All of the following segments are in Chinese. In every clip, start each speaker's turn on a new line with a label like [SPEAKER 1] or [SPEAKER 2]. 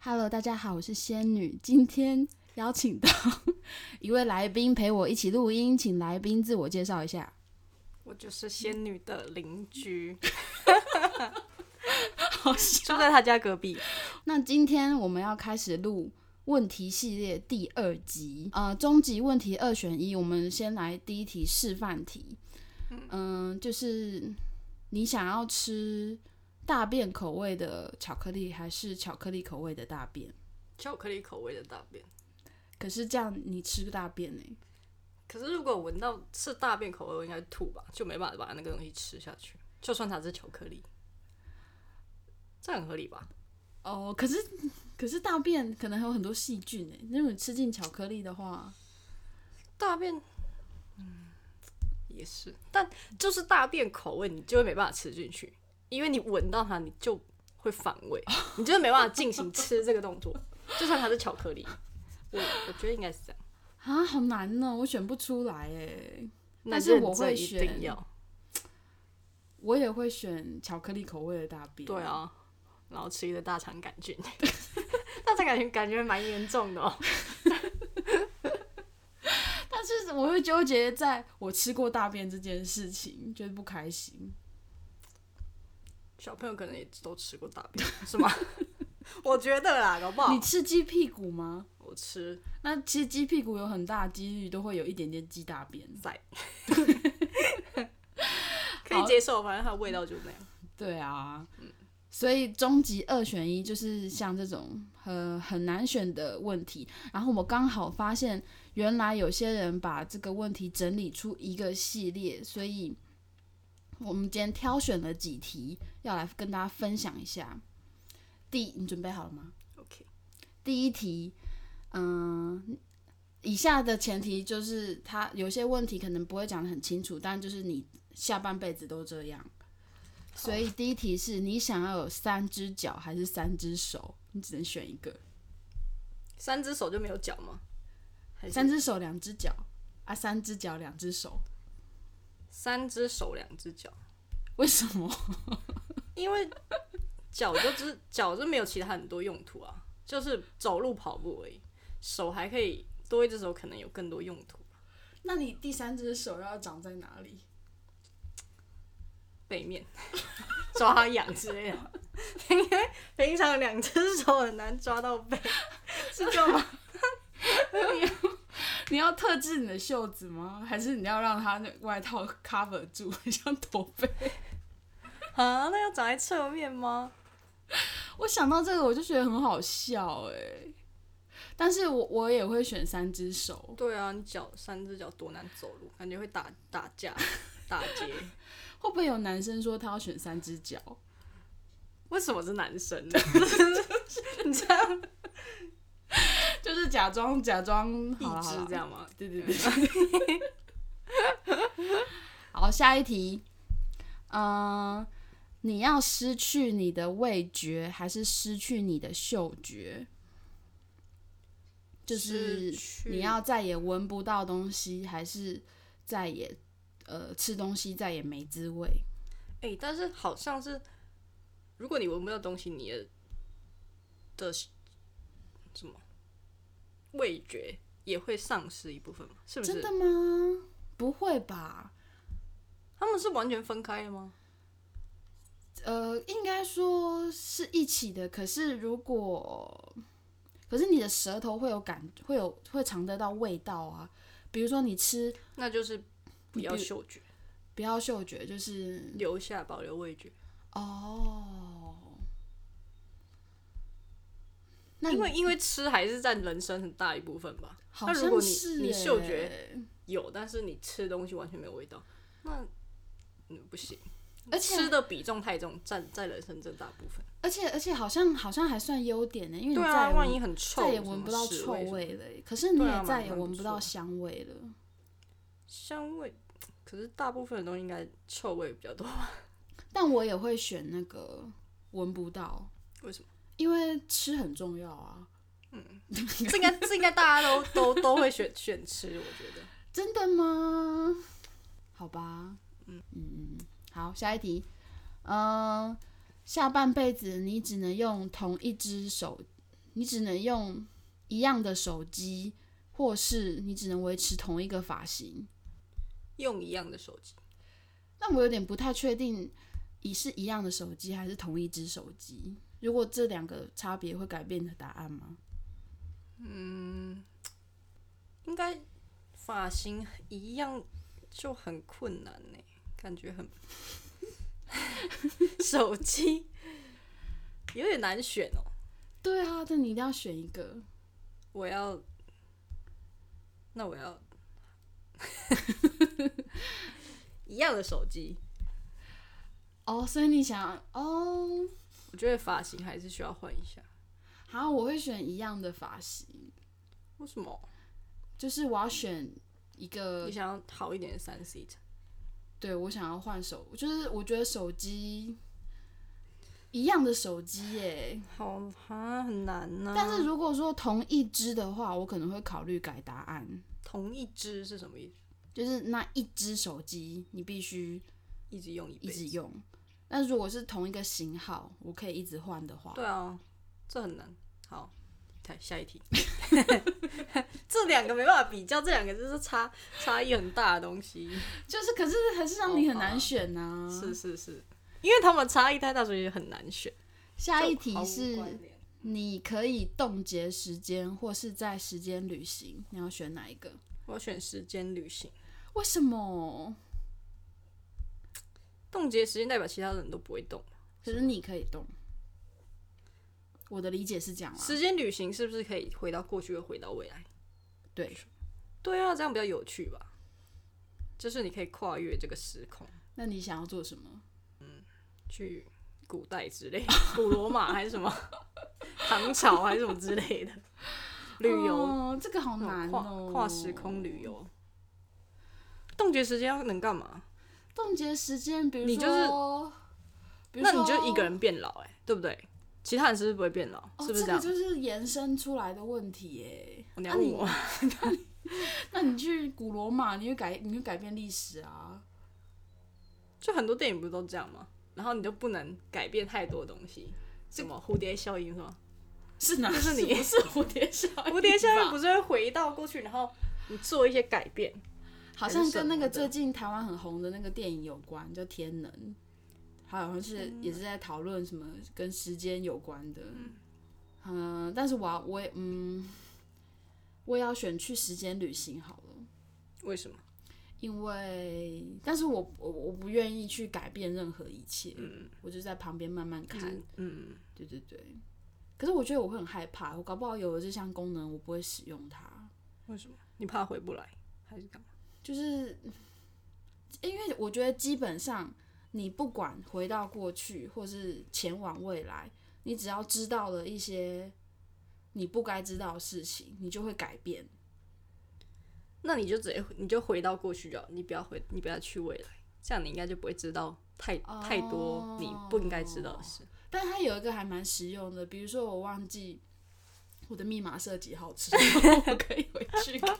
[SPEAKER 1] Hello，大家好，我是仙女。今天邀请到 一位来宾陪我一起录音，请来宾自我介绍一下。
[SPEAKER 2] 我就是仙女的邻居，
[SPEAKER 1] 好笑
[SPEAKER 2] 住在她家隔壁。
[SPEAKER 1] 那今天我们要开始录问题系列第二集，呃，终极问题二选一。我们先来第一题示范题，嗯、就是你想要吃大便口味的巧克力，还是巧克力口味的大便？
[SPEAKER 2] 巧克力口味的大便，
[SPEAKER 1] 可是这样你吃大便欸呢、
[SPEAKER 2] 可是如果闻到是大便口味，我应该吐吧，就没办法把那个东西吃下去，就算它是巧克力，这很合理吧？
[SPEAKER 1] 哦，可是 可是大便可能还有很多细菌诶，那如果你吃进巧克力的话，
[SPEAKER 2] 大便，嗯，嗯也是，但就是大便口味，你就会没办法吃进去，因为你闻到它，你就会反胃，你就是没办法进行吃这个动作，就算它是巧克力。我我觉得应该是这样，
[SPEAKER 1] 啊，好难哦，我选不出来欸诶，但
[SPEAKER 2] 那
[SPEAKER 1] 是
[SPEAKER 2] 认
[SPEAKER 1] 我会
[SPEAKER 2] 真一定
[SPEAKER 1] 选
[SPEAKER 2] 要。
[SPEAKER 1] 我也会选巧克力口味的大便。
[SPEAKER 2] 对，啊，然后吃一个大肠杆菌， 大肠杆菌感觉蛮严重的哦。
[SPEAKER 1] 但是我会纠结在我吃过大便这件事情，觉得不开心。
[SPEAKER 2] 小朋友可能也都吃过大便，是吗？ 我觉得啦，搞不好
[SPEAKER 1] 你吃鸡屁股吗？
[SPEAKER 2] 我吃
[SPEAKER 1] 那其实鸡屁股有很大几率都会有一点点鸡大便。
[SPEAKER 2] 在，可以接受，反正它的味道就那样。
[SPEAKER 1] 对啊，所以终极二选一就是像这种很很难选的问题。然后我刚好发现，原来有些人把这个问题整理出一个系列，所以我们今天挑选了几题要来跟大家分享一下。第，你准备好了吗？
[SPEAKER 2] OK，
[SPEAKER 1] 第一题，嗯、以下的前提就是他有些问题可能不会讲得很清楚，但就是你下半辈子都这样。所以第一题是你想要有三只脚还是三只手？你只能选一个，
[SPEAKER 2] 三只手就没有脚吗？还是
[SPEAKER 1] 三只手两只脚啊，三只脚两只手，
[SPEAKER 2] 三只手两只脚，
[SPEAKER 1] 为什么？
[SPEAKER 2] 因为脚就只脚就没有其他很多用途啊，就是走路跑步而已。手还可以多一只手，可能有更多用途。
[SPEAKER 1] 那你第三只手要长在哪里？
[SPEAKER 2] 背面 抓它痒之类的， 因为平常两只手很难抓到背， 是这样吗？
[SPEAKER 1] 你要特制你的袖子吗？还是你要让它那外套 cover 住， 像驼背？
[SPEAKER 2] 啊，那要长在侧面吗？
[SPEAKER 1] 我想到这个，我就觉得很好笑哎、但是我我也会选三只手，
[SPEAKER 2] 对啊，你脚三只脚多难走路，感觉会打打架、 打结。
[SPEAKER 1] 会不会有男生说他要选三只脚？
[SPEAKER 2] 为什么是男生呢？你这样
[SPEAKER 1] 就是假装假装
[SPEAKER 2] 一
[SPEAKER 1] 好了好
[SPEAKER 2] 只
[SPEAKER 1] 了
[SPEAKER 2] 这样吗？
[SPEAKER 1] 对对对。 好，下一题。嗯、你要失去你的味觉，还是失去你的嗅觉？就是
[SPEAKER 2] 失去
[SPEAKER 1] 你要再也闻不到东西，还是再也呃吃东西再也没滋味？
[SPEAKER 2] 哎、但是好像是，如果你闻不到东西，你的的什么味觉也会丧失一部分嘛？是不
[SPEAKER 1] 真
[SPEAKER 2] 是
[SPEAKER 1] 的？吗？不会吧？
[SPEAKER 2] 他们是完全分开的吗？
[SPEAKER 1] 呃，应该说是一起的。可是如果，可是你的舌头会有感，会有会尝得到味道啊。比如说你吃
[SPEAKER 2] 那就是不要
[SPEAKER 1] 比
[SPEAKER 2] 嗅觉，
[SPEAKER 1] 不要嗅觉，就是
[SPEAKER 2] 留下保留味觉，
[SPEAKER 1] 哦，那
[SPEAKER 2] 因
[SPEAKER 1] 你
[SPEAKER 2] 为因为吃还是占人生很大一部分吧。
[SPEAKER 1] 好
[SPEAKER 2] 那如
[SPEAKER 1] 像
[SPEAKER 2] 果你
[SPEAKER 1] 是
[SPEAKER 2] 你嗅
[SPEAKER 1] 欸
[SPEAKER 2] 觉，有，但是你吃东西完全没有味道，那嗯不行。
[SPEAKER 1] 而且
[SPEAKER 2] 吃的比重太重，占在人生占大部分。
[SPEAKER 1] 而且而且好像好像还算优点呢，因为你
[SPEAKER 2] 对
[SPEAKER 1] 再
[SPEAKER 2] 啊，
[SPEAKER 1] 也
[SPEAKER 2] 万
[SPEAKER 1] 闻
[SPEAKER 2] 一很臭，
[SPEAKER 1] 再也
[SPEAKER 2] 什么
[SPEAKER 1] 闻不到
[SPEAKER 2] 屎
[SPEAKER 1] 臭
[SPEAKER 2] 味什么，
[SPEAKER 1] 味了欸，可是你
[SPEAKER 2] 对啊
[SPEAKER 1] 也
[SPEAKER 2] 蛮
[SPEAKER 1] 再也
[SPEAKER 2] 蛮
[SPEAKER 1] 闻
[SPEAKER 2] 不
[SPEAKER 1] 不到
[SPEAKER 2] 错
[SPEAKER 1] 香味了。
[SPEAKER 2] 香味。可是大部分的东西应该臭味比较多。
[SPEAKER 1] 但我也会选那个闻不到，
[SPEAKER 2] 为什么？
[SPEAKER 1] 因为吃很重要啊。
[SPEAKER 2] 这应该这应该大家都都都会选选吃，我觉得。
[SPEAKER 1] 真的吗？好吧，嗯嗯，好，下一题，嗯、下半辈子你只能用同一只手，你只能用一样的手机，或是你只能维持同一个发型。
[SPEAKER 2] 用一样的手机，
[SPEAKER 1] 但我有点不太确定，一是一样的手机还是同一只手机？如果这两个差别会改变你的答案吗？
[SPEAKER 2] 应该发型一样就很困难呢、感觉很 手机有点难选哦、
[SPEAKER 1] 对啊，但你一定要选一个。
[SPEAKER 2] 我要，那我要 一样的手机，
[SPEAKER 1] 哦，所以你想哦，
[SPEAKER 2] 我觉得发型还是需要换一下。
[SPEAKER 1] 好，我会选一样的发型，
[SPEAKER 2] 为什么？
[SPEAKER 1] 就是我要选一个
[SPEAKER 2] 你想要好一点的三 C 产？
[SPEAKER 1] 对我想要换手，就是我觉得手机一样的手机耶。
[SPEAKER 2] 好啊，很难呐、
[SPEAKER 1] 但是如果说同一只的话，我可能会考虑改答案，
[SPEAKER 2] 同一只是什么意思？
[SPEAKER 1] 就是那一只手机你必须
[SPEAKER 2] 一直用一辈
[SPEAKER 1] 一
[SPEAKER 2] 子？
[SPEAKER 1] 直用。但如果是同一个型号，我可以一直换的话，
[SPEAKER 2] 对啊，这很难。好，看下一题。 这两个没办法比较，这两个就是差差异很大的东西。
[SPEAKER 1] 就是可是还是让你很难选啊呐、
[SPEAKER 2] 哦是是是，因为他们差异太大，所以很难选。
[SPEAKER 1] 下一
[SPEAKER 2] 就
[SPEAKER 1] 题
[SPEAKER 2] 毫无
[SPEAKER 1] 是
[SPEAKER 2] 关联
[SPEAKER 1] 你可以冻结时间，或是在时间旅行，你要选哪一个？
[SPEAKER 2] 我选时间旅行，
[SPEAKER 1] 为什么？
[SPEAKER 2] 冻结时间代表其他人都不会动。
[SPEAKER 1] 可是你可以动。我的理解是这样啦，
[SPEAKER 2] 时间旅行是不是可以回到过去又回到未来？
[SPEAKER 1] 对，
[SPEAKER 2] 对啊，这样比较有趣吧？就是你可以跨越这个时空，
[SPEAKER 1] 那你想要做什么？
[SPEAKER 2] 去古代之类的， 古罗马还是什么 唐朝还是什么之类的旅游，
[SPEAKER 1] 哦、这个好
[SPEAKER 2] 那
[SPEAKER 1] 难
[SPEAKER 2] 种
[SPEAKER 1] 哦，
[SPEAKER 2] 跨跨时空旅游。冻结时间要能干嘛？
[SPEAKER 1] 冻结时间，比如说，
[SPEAKER 2] 你就是
[SPEAKER 1] 比如
[SPEAKER 2] 那
[SPEAKER 1] 说
[SPEAKER 2] 你就一个人变老、哎，对不对？其他人是不是不会变老？
[SPEAKER 1] 哦，
[SPEAKER 2] 是不是
[SPEAKER 1] 这
[SPEAKER 2] 样？
[SPEAKER 1] 个啊就是延伸出来的问题耶。
[SPEAKER 2] 你
[SPEAKER 1] 那
[SPEAKER 2] 要问我，
[SPEAKER 1] 那你去古罗马，你会改，你会改变历史啊？
[SPEAKER 2] 就很多电影不是都这样吗？然后你就不能改变太多东西，什么蝴蝶效应是吗？
[SPEAKER 1] 是哪？
[SPEAKER 2] 就是你
[SPEAKER 1] 不是蝴蝶效应吧？
[SPEAKER 2] 蝴蝶效应不是会回到过去，然后你做一些改变？
[SPEAKER 1] 好像跟那个最近台湾很红的那个电影有关，叫《天能》，好像是也是在讨论什么跟时间有关的。嗯，但是我要我也嗯，我也要选去时间旅行好了，
[SPEAKER 2] 为什么？
[SPEAKER 1] 因为但是我我我不愿意去改变任何一切，我就在旁边慢慢嗯看。
[SPEAKER 2] 嗯，
[SPEAKER 1] 对对对，可是我觉得我会很害怕，我搞不好有了这项功能，我不会使用它。
[SPEAKER 2] 为什么？你怕回不来还是干嘛？
[SPEAKER 1] 就是因为我觉得基本上你不管回到过去或是前往未来，你只要知道了一些你不该知道的事情，你就会改变。
[SPEAKER 2] 那你就直接你就回到过去就好，你不要回，你不要去未来，这样你应该就不会知道太
[SPEAKER 1] 哦
[SPEAKER 2] 太多你不应该知道的事。
[SPEAKER 1] 但它有一个还蛮实用的，比如说我忘记我的密码设几号吃， 我可以回去看。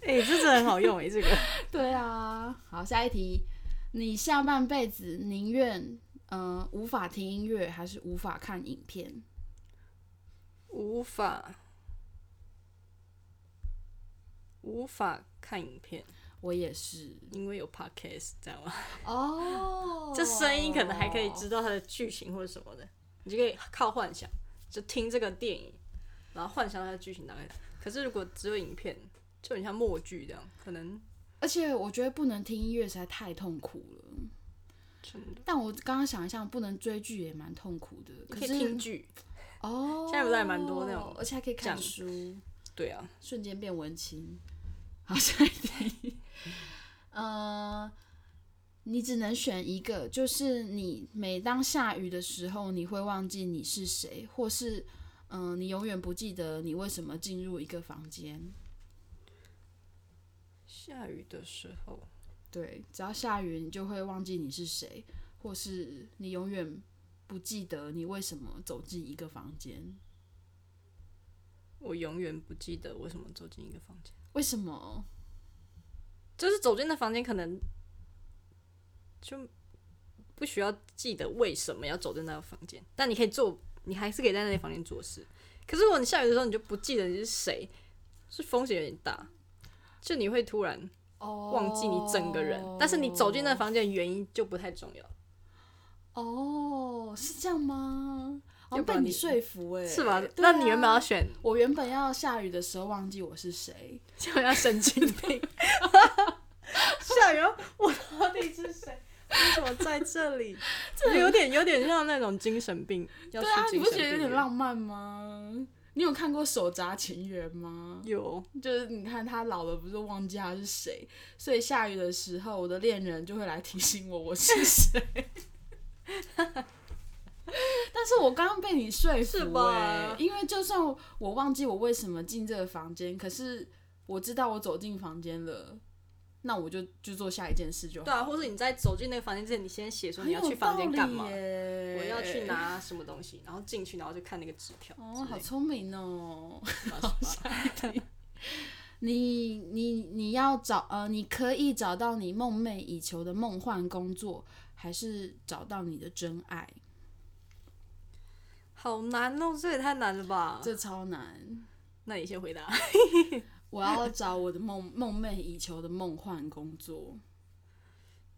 [SPEAKER 2] 哎、这真的很好用哎、这个
[SPEAKER 1] 对啊，好，下一题，你下半辈子宁愿嗯、呃无法听音乐，还是无法看影片？
[SPEAKER 2] 无法无法看影片，
[SPEAKER 1] 我也是
[SPEAKER 2] 因为有 podcast，知道吗？
[SPEAKER 1] 哦，
[SPEAKER 2] 这声音可能还可以知道它的剧情或者什么的，你就可以靠幻想，就听这个电影，然后幻想它的剧情大概。可是如果只有影片，就很像默剧这样，可能
[SPEAKER 1] 而且我觉得不能听音乐实在太痛苦了。
[SPEAKER 2] 真的
[SPEAKER 1] 但我刚刚想一想，不能追剧也蛮痛苦的。
[SPEAKER 2] 你
[SPEAKER 1] 可
[SPEAKER 2] 可以
[SPEAKER 1] 是
[SPEAKER 2] 听剧。
[SPEAKER 1] 哦，
[SPEAKER 2] 现在不是还蛮多那种
[SPEAKER 1] 而且还可以看
[SPEAKER 2] 讲
[SPEAKER 1] 书，
[SPEAKER 2] 对啊，
[SPEAKER 1] 瞬间变文青。好，下一题，呃，你只能选一个，就是你每当下雨的时候，你会忘记你是谁，或是嗯、呃你永远不记得你为什么进入一个房间。
[SPEAKER 2] 下雨的时候，
[SPEAKER 1] 对，只要下雨，你就会忘记你是谁，或是你永远不记得你为什么走进一个房间。
[SPEAKER 2] 我永远不记得为什么走进一个房间，
[SPEAKER 1] 为什么？
[SPEAKER 2] 就是走进那房间可能就不需要记得为什么要走进那个房间，但你可以做，你还是可以在那个房间做事。可是如果你下雨的时候，你就不记得你是谁，是风险有点大，就你会突然
[SPEAKER 1] 哦
[SPEAKER 2] 忘记你整个人，但是你走进那房间的原因就不太重要，
[SPEAKER 1] 哦，是这样吗？好像
[SPEAKER 2] 要不
[SPEAKER 1] 被
[SPEAKER 2] 然
[SPEAKER 1] 你
[SPEAKER 2] 你
[SPEAKER 1] 说服哎、
[SPEAKER 2] 是吧？
[SPEAKER 1] 对啊
[SPEAKER 2] 那你原本要选，
[SPEAKER 1] 我原本要下雨的时候忘记我是谁，
[SPEAKER 2] 就要神经病。 下雨，我到底是谁？为什么在这里？ 这有点有点像那种精神病，要
[SPEAKER 1] 对
[SPEAKER 2] 去
[SPEAKER 1] 啊，你
[SPEAKER 2] 精
[SPEAKER 1] 不
[SPEAKER 2] 神
[SPEAKER 1] 觉得有
[SPEAKER 2] 病
[SPEAKER 1] 点
[SPEAKER 2] 院
[SPEAKER 1] 浪漫吗？你有看过《手札情缘》吗？
[SPEAKER 2] 有
[SPEAKER 1] 就是你看他老了，不是忘记他是谁，所以下雨的时候，我的恋人就会来提醒我我是谁。 但是我刚刚被你说服、
[SPEAKER 2] 是
[SPEAKER 1] 欸
[SPEAKER 2] 吧，
[SPEAKER 1] 因为就算我忘记我为什么进这个房间，可是我知道我走进房间了，那我就就做下一件事就好。
[SPEAKER 2] 对啊，或是你在走进那个房间之前，你先写说
[SPEAKER 1] 很
[SPEAKER 2] 啊
[SPEAKER 1] 有
[SPEAKER 2] 你要去房间干嘛
[SPEAKER 1] 道理，耶
[SPEAKER 2] 我要去。拿什么东西，然后进去，然后就看那个纸条之类的。
[SPEAKER 1] 哦，好聪明哦！
[SPEAKER 2] 好像
[SPEAKER 1] 你你你要找呃，你可以找到你梦寐以求的梦幻工作，还是找到你的真爱？
[SPEAKER 2] 好难哦，这也太难了吧？
[SPEAKER 1] 这超难。
[SPEAKER 2] 那你先回答。
[SPEAKER 1] 我要找我的梦梦寐以求的梦幻工作，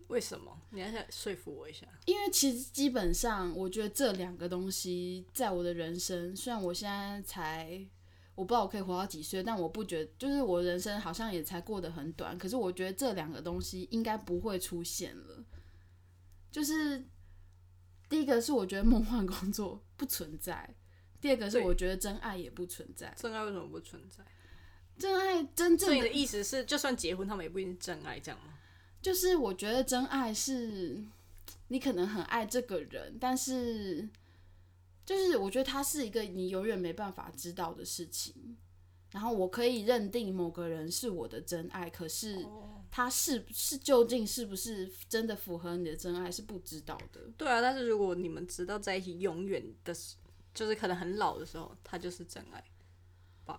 [SPEAKER 2] 为什么？你还想说服我一下？
[SPEAKER 1] 因为其实基本上，我觉得这两个东西在我的人生，虽然我现在才我不知道我可以活到几岁，但我不觉得，就是我人生好像也才过得很短。可是我觉得这两个东西应该不会出现了。就是第一个是我觉得梦幻工作不存在，第二个是
[SPEAKER 2] 对
[SPEAKER 1] 我觉得真爱也不存在。
[SPEAKER 2] 真爱为什么不存在？
[SPEAKER 1] 真爱真
[SPEAKER 2] 所
[SPEAKER 1] 正
[SPEAKER 2] 以你
[SPEAKER 1] 的
[SPEAKER 2] 的意思是，就算结婚，他们也不一定是真爱，这样吗？
[SPEAKER 1] 就是我觉得真爱是，你可能很爱这个人，但是就是我觉得他是一个你永远没办法知道的事情。然后我可以认定某个人是我的真爱，可是
[SPEAKER 2] 哦
[SPEAKER 1] 他是是究竟是不是真的符合你的真爱是不知道的。
[SPEAKER 2] 对啊，但是如果你们直到在一起，永远的时，就是可能很老的时候，他就是真爱吧？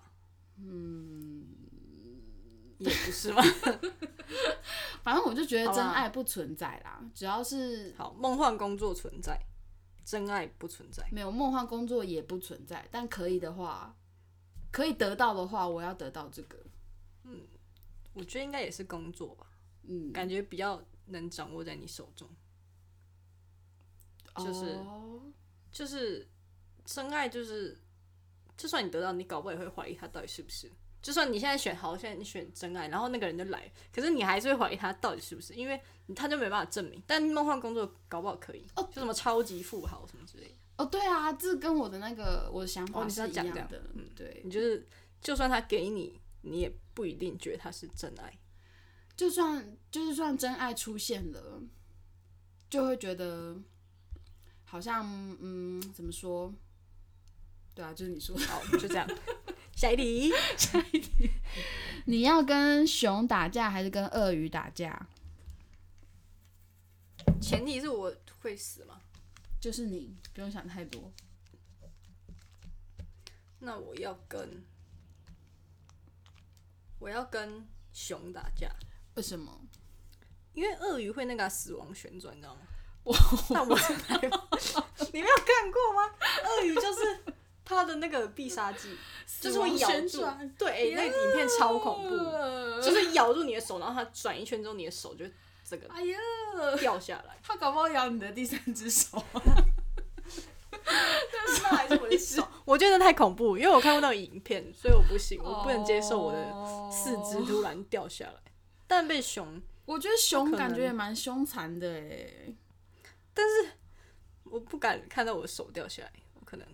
[SPEAKER 2] 嗯，也不是吗？
[SPEAKER 1] 反正我就觉得
[SPEAKER 2] 好
[SPEAKER 1] 真
[SPEAKER 2] 啦
[SPEAKER 1] 爱不存在啦，只要是
[SPEAKER 2] 好，梦幻工作存在，真爱不存在。
[SPEAKER 1] 没有梦幻工作也不存在，但可以的话，可以得到的话，我要得到这个。
[SPEAKER 2] 我觉得应该也是工作吧，
[SPEAKER 1] 嗯，
[SPEAKER 2] 感觉比较能掌握在你手中。就是
[SPEAKER 1] 哦
[SPEAKER 2] 就是真爱，就是就算你得到，你搞不好也会怀疑他到底是不是。就算你现在选好，现在你选真爱，然后那个人就来，可是你还是会怀疑他到底是不是，因为他就没办法证明。但梦幻工作搞不好可以，
[SPEAKER 1] 哦
[SPEAKER 2] 就什么超级富豪什么之类的，
[SPEAKER 1] 哦，对啊，这跟我的那个我的想
[SPEAKER 2] 哦
[SPEAKER 1] 法
[SPEAKER 2] 你是要
[SPEAKER 1] 一
[SPEAKER 2] 讲
[SPEAKER 1] 样
[SPEAKER 2] 这样
[SPEAKER 1] 的，
[SPEAKER 2] 嗯
[SPEAKER 1] 对
[SPEAKER 2] 你，就是就算他给你，你也不一定觉得他是真爱。
[SPEAKER 1] 就算就是算真爱出现了，就会觉得好像嗯，怎么说？对啊，就是你说的，
[SPEAKER 2] 好，就这样，下一题。
[SPEAKER 1] 你要跟熊打架还是跟鳄鱼打架？
[SPEAKER 2] 前提是我会死吗？
[SPEAKER 1] 就是你不用想太多，
[SPEAKER 2] 那我要跟我要跟熊打架，
[SPEAKER 1] 为什么？
[SPEAKER 2] 因为鳄鱼会那个啊死亡旋转，你知道吗？我，但我 你没有看过吗？鳄鱼就是它的那个必杀 技，就是会咬
[SPEAKER 1] 旋
[SPEAKER 2] 住
[SPEAKER 1] 转，
[SPEAKER 2] 对，欸那个影片 超恐怖，
[SPEAKER 1] 怖
[SPEAKER 2] 就是咬住你的手，然后它转一圈之后，你的手就这个
[SPEAKER 1] 哎呀，，
[SPEAKER 2] 掉下 来
[SPEAKER 1] 他搞不好咬你的第三只手，
[SPEAKER 2] 但是那还是我的手， 我觉得太恐怖，因为我看过那个影片，所以我不行，我不能接受我的四肢突然掉下来，但被熊
[SPEAKER 1] 我觉得熊
[SPEAKER 2] 可
[SPEAKER 1] 感觉也
[SPEAKER 2] 能
[SPEAKER 1] 蛮凶残的哎，
[SPEAKER 2] 我不敢看到我的手掉下来，我可能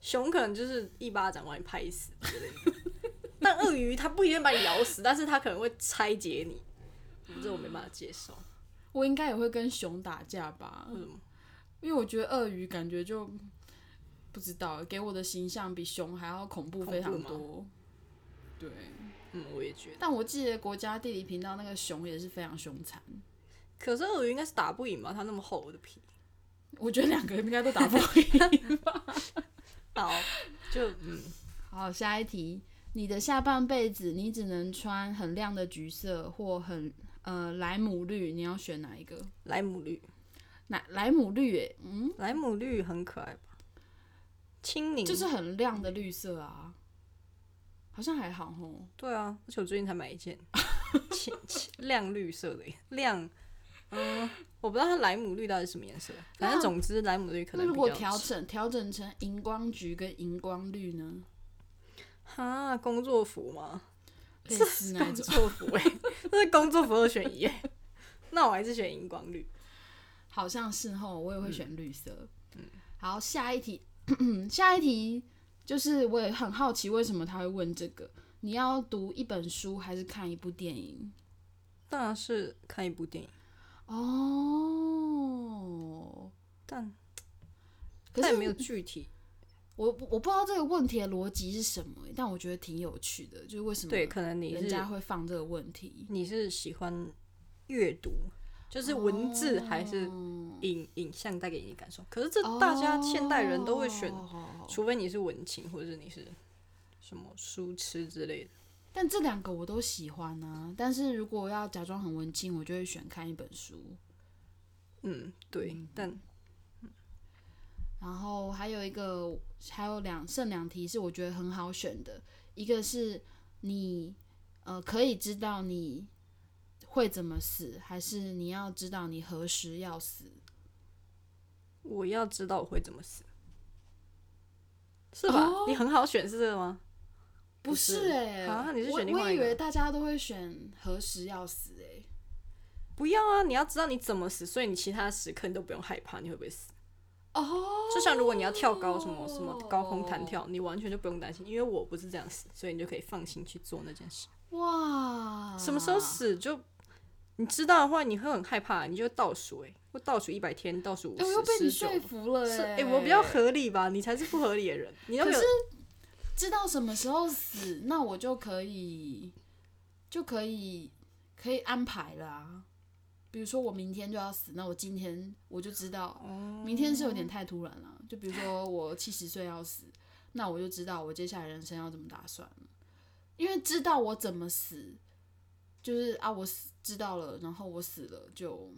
[SPEAKER 2] 熊可能就是一巴掌把你拍死之类的， 但鳄鱼它不一定把你咬死，但是它可能会拆解你，我这我没办法接受。
[SPEAKER 1] 我应该也会跟熊打架吧，
[SPEAKER 2] 为什么？
[SPEAKER 1] 因为我觉得鳄鱼感觉就不知道给我的形象比熊还要恐怖
[SPEAKER 2] 恐
[SPEAKER 1] 非常
[SPEAKER 2] 怖吗
[SPEAKER 1] 多。对，
[SPEAKER 2] 嗯，我也觉得。
[SPEAKER 1] 但我记得国家地理频道那个熊也是非常凶残，
[SPEAKER 2] 可是鳄鱼应该是打不赢吧？它那么厚的皮。
[SPEAKER 1] 我觉得两个应该都打不 赢。
[SPEAKER 2] 好，就嗯，
[SPEAKER 1] 好，下一题，你的下半辈子你只能穿很亮的橘色或很呃莱姆绿，你要选哪一个？
[SPEAKER 2] 莱姆绿，
[SPEAKER 1] 莱莱姆绿、欸，嗯，
[SPEAKER 2] 莱姆绿很可爱吧？青柠
[SPEAKER 1] 就是很亮的绿色啊，好像还好吼。
[SPEAKER 2] 对啊，而且我最近才买一 件青青亮绿色的亮，嗯，我不知道它莱姆绿到底是什么颜色，反正
[SPEAKER 1] 那
[SPEAKER 2] 总之莱姆绿可
[SPEAKER 1] 那
[SPEAKER 2] 能
[SPEAKER 1] 如
[SPEAKER 2] 比
[SPEAKER 1] 果
[SPEAKER 2] 较
[SPEAKER 1] 调整调整成荧光橘跟荧光绿 呢？
[SPEAKER 2] 哈工作服吗？
[SPEAKER 1] 类
[SPEAKER 2] 这
[SPEAKER 1] 似 那
[SPEAKER 2] 工
[SPEAKER 1] 一种。
[SPEAKER 2] 作服哎、 这是工作服二选一哎、 那我还是选荧光绿。
[SPEAKER 1] 好像是吼，我也会选绿色。嗯，好，下一题，下一题就是我也很好奇为什么他会问这个。你要读一本书还是看一部电影？
[SPEAKER 2] 当然是看一部电影，
[SPEAKER 1] 哦，
[SPEAKER 2] 但
[SPEAKER 1] 可
[SPEAKER 2] 但
[SPEAKER 1] 是
[SPEAKER 2] 也没有具体。
[SPEAKER 1] 我不我不知道这个问题的逻辑是什么欸，但我觉得挺有趣的，就是为什么
[SPEAKER 2] 对，可能你
[SPEAKER 1] 嗯人
[SPEAKER 2] 是
[SPEAKER 1] 家会放这个问题，
[SPEAKER 2] 你是喜欢阅读，就是文字还是
[SPEAKER 1] 嗯
[SPEAKER 2] 影、影像带给你的感受？可是这大家现代人都会选，
[SPEAKER 1] 哦
[SPEAKER 2] 除非你是文青，或者是你是什么书痴之类的。
[SPEAKER 1] 但这两个我都喜欢啊。但是如果要假装很文青，我就会选看一本书。
[SPEAKER 2] 嗯，对，但
[SPEAKER 1] 然后还有一个，还有两剩两题是我觉得很好选的，一个是你呃可以知道你会怎么死，还是你要知道你何时要死？
[SPEAKER 2] 我要知道我会怎么死，是吧？
[SPEAKER 1] 哦
[SPEAKER 2] 你很好选是这个吗？
[SPEAKER 1] 不是哎、
[SPEAKER 2] 啊你是选另
[SPEAKER 1] 我
[SPEAKER 2] 外
[SPEAKER 1] 我
[SPEAKER 2] 一
[SPEAKER 1] 以
[SPEAKER 2] 个
[SPEAKER 1] 为大家都会选何时要死哎、
[SPEAKER 2] 不要啊！你要知道你怎么死，所以你其他时刻你都不用害怕你会不会死。
[SPEAKER 1] 哦，
[SPEAKER 2] 就像如果你要跳高什么什么高空弹跳，你完全就不用担心，因为我不是这样死，所以你就可以放心去做那件事。
[SPEAKER 1] 哇，
[SPEAKER 2] 什么时候？死就你知道的话，你会很害怕，你就会倒数哎、我倒数一百天，倒数五
[SPEAKER 1] 哎、我又被你
[SPEAKER 2] 十，十九
[SPEAKER 1] 说。服了
[SPEAKER 2] 是
[SPEAKER 1] 哎、
[SPEAKER 2] 哎、我比较合理吧，你才是不合理的人。你要没有
[SPEAKER 1] 可知道什么时候死，那我就可以就可以可以安排了啊。比如说我明天就要死，那我今天我就知道，明天是有点太突然了。就比如说我七十岁要死，那我就知道我接下来人生要怎么打算了，因为知道我怎么死，就是啊，我死知道了，然后我死了就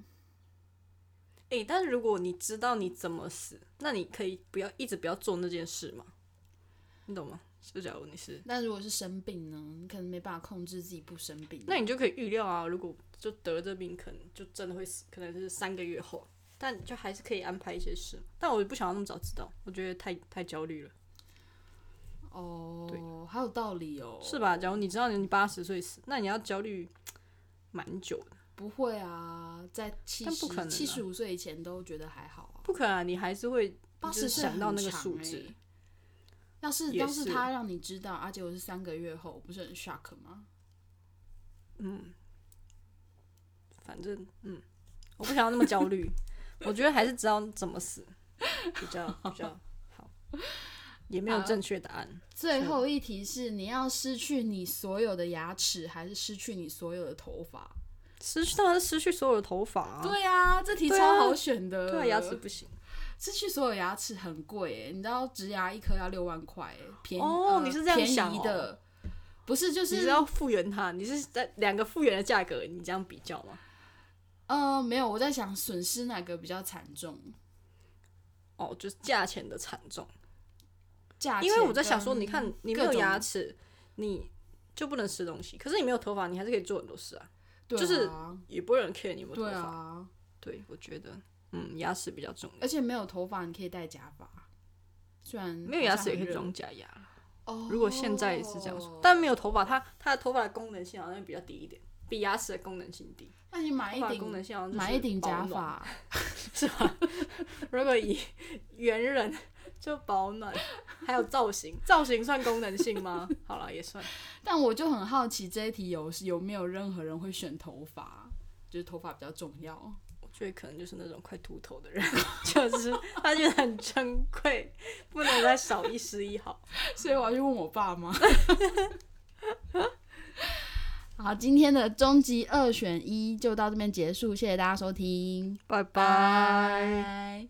[SPEAKER 2] 哎、但是如果你知道你怎么死，那你可以不要一直不要做那件事嘛，你懂吗？就假如你是，
[SPEAKER 1] 那如果是生病呢？你可能没办法控制自己不生病。
[SPEAKER 2] 那你就可以预料啊，如果就得了这病，可能就真的会死，可能是三个月后，但就还是可以安排一些事。但我不想要那么早知道，我觉得太太焦虑了，
[SPEAKER 1] 哦，还有道理哦，
[SPEAKER 2] 是吧？假如你知道你八十岁死，那你要焦虑蛮久的，
[SPEAKER 1] 不会啊，在七
[SPEAKER 2] 但不可能
[SPEAKER 1] 十
[SPEAKER 2] 啊
[SPEAKER 1] 七十五岁以前都觉得还好啊，
[SPEAKER 2] 不可能、啊，你还是会
[SPEAKER 1] 八
[SPEAKER 2] 就是
[SPEAKER 1] 十
[SPEAKER 2] 想到那个数
[SPEAKER 1] 欸
[SPEAKER 2] 字。
[SPEAKER 1] 要是
[SPEAKER 2] 也
[SPEAKER 1] 要是
[SPEAKER 2] 是
[SPEAKER 1] 他让你知道，而且我是三个月后，不是很 shock 吗？
[SPEAKER 2] 嗯反正嗯，我不想要那么焦虑，我觉得还是知道怎么死比较比较好，也没有正确答案。
[SPEAKER 1] 最后一题是你要失去你所有的牙齿，还是失去你所有的头发？
[SPEAKER 2] 失去当然是失去所有的头发、啊，
[SPEAKER 1] 对啊，这题
[SPEAKER 2] 对
[SPEAKER 1] 超
[SPEAKER 2] 啊
[SPEAKER 1] 好选的。
[SPEAKER 2] 对啊，牙齿不行。
[SPEAKER 1] 失去所有牙齿很贵耶，你知道植牙一颗要六万块耶，便宜
[SPEAKER 2] 哦
[SPEAKER 1] 呃
[SPEAKER 2] 你是这样
[SPEAKER 1] 便宜
[SPEAKER 2] 想哦
[SPEAKER 1] 的，不是就
[SPEAKER 2] 你
[SPEAKER 1] 是
[SPEAKER 2] 是要复原它，你是在两个复原的价格，你这样比较吗？
[SPEAKER 1] 呃没有，我在想损失哪个比较惨重。
[SPEAKER 2] 哦，就是价钱的惨重。
[SPEAKER 1] 价钱
[SPEAKER 2] 因为我在想
[SPEAKER 1] 跟
[SPEAKER 2] 说，你看你没有
[SPEAKER 1] 各种
[SPEAKER 2] 牙齿，你就不能吃东西，可是你没有头发，你还是可以做很多事啊，
[SPEAKER 1] 对啊
[SPEAKER 2] 就是也不会有人 care 你有没有头
[SPEAKER 1] 对
[SPEAKER 2] 发。
[SPEAKER 1] 啊，
[SPEAKER 2] 对，我觉得嗯，牙齿比较重要，
[SPEAKER 1] 而且没有头发你可以戴假发，虽然
[SPEAKER 2] 没有牙齿也可
[SPEAKER 1] 好像很
[SPEAKER 2] 以
[SPEAKER 1] 热。
[SPEAKER 2] 装假牙啦。
[SPEAKER 1] 哦，
[SPEAKER 2] 如果现在是这样说，但没有头发，它它的头发的功能性好像比较低一点，比牙齿的功能性低。
[SPEAKER 1] 那你买
[SPEAKER 2] 头
[SPEAKER 1] 一
[SPEAKER 2] 发的功
[SPEAKER 1] 顶
[SPEAKER 2] 能性好像就是
[SPEAKER 1] 买一顶假
[SPEAKER 2] 保暖，
[SPEAKER 1] 发，
[SPEAKER 2] 是吧？ 如果以猿人就保暖，还有造型，造型算功能性吗？好了，也算。
[SPEAKER 1] 但我就很好奇这一题有有没有任何人会选头发，就是头发比较重要。
[SPEAKER 2] 我觉得可能就是那种快秃头的人， 就是他觉得很珍贵，不能再少一失一毫。
[SPEAKER 1] 所以我要去问我爸妈。 好，今天的终极二选一就到这边结束，谢谢大家收听，
[SPEAKER 2] 拜。
[SPEAKER 1] 拜。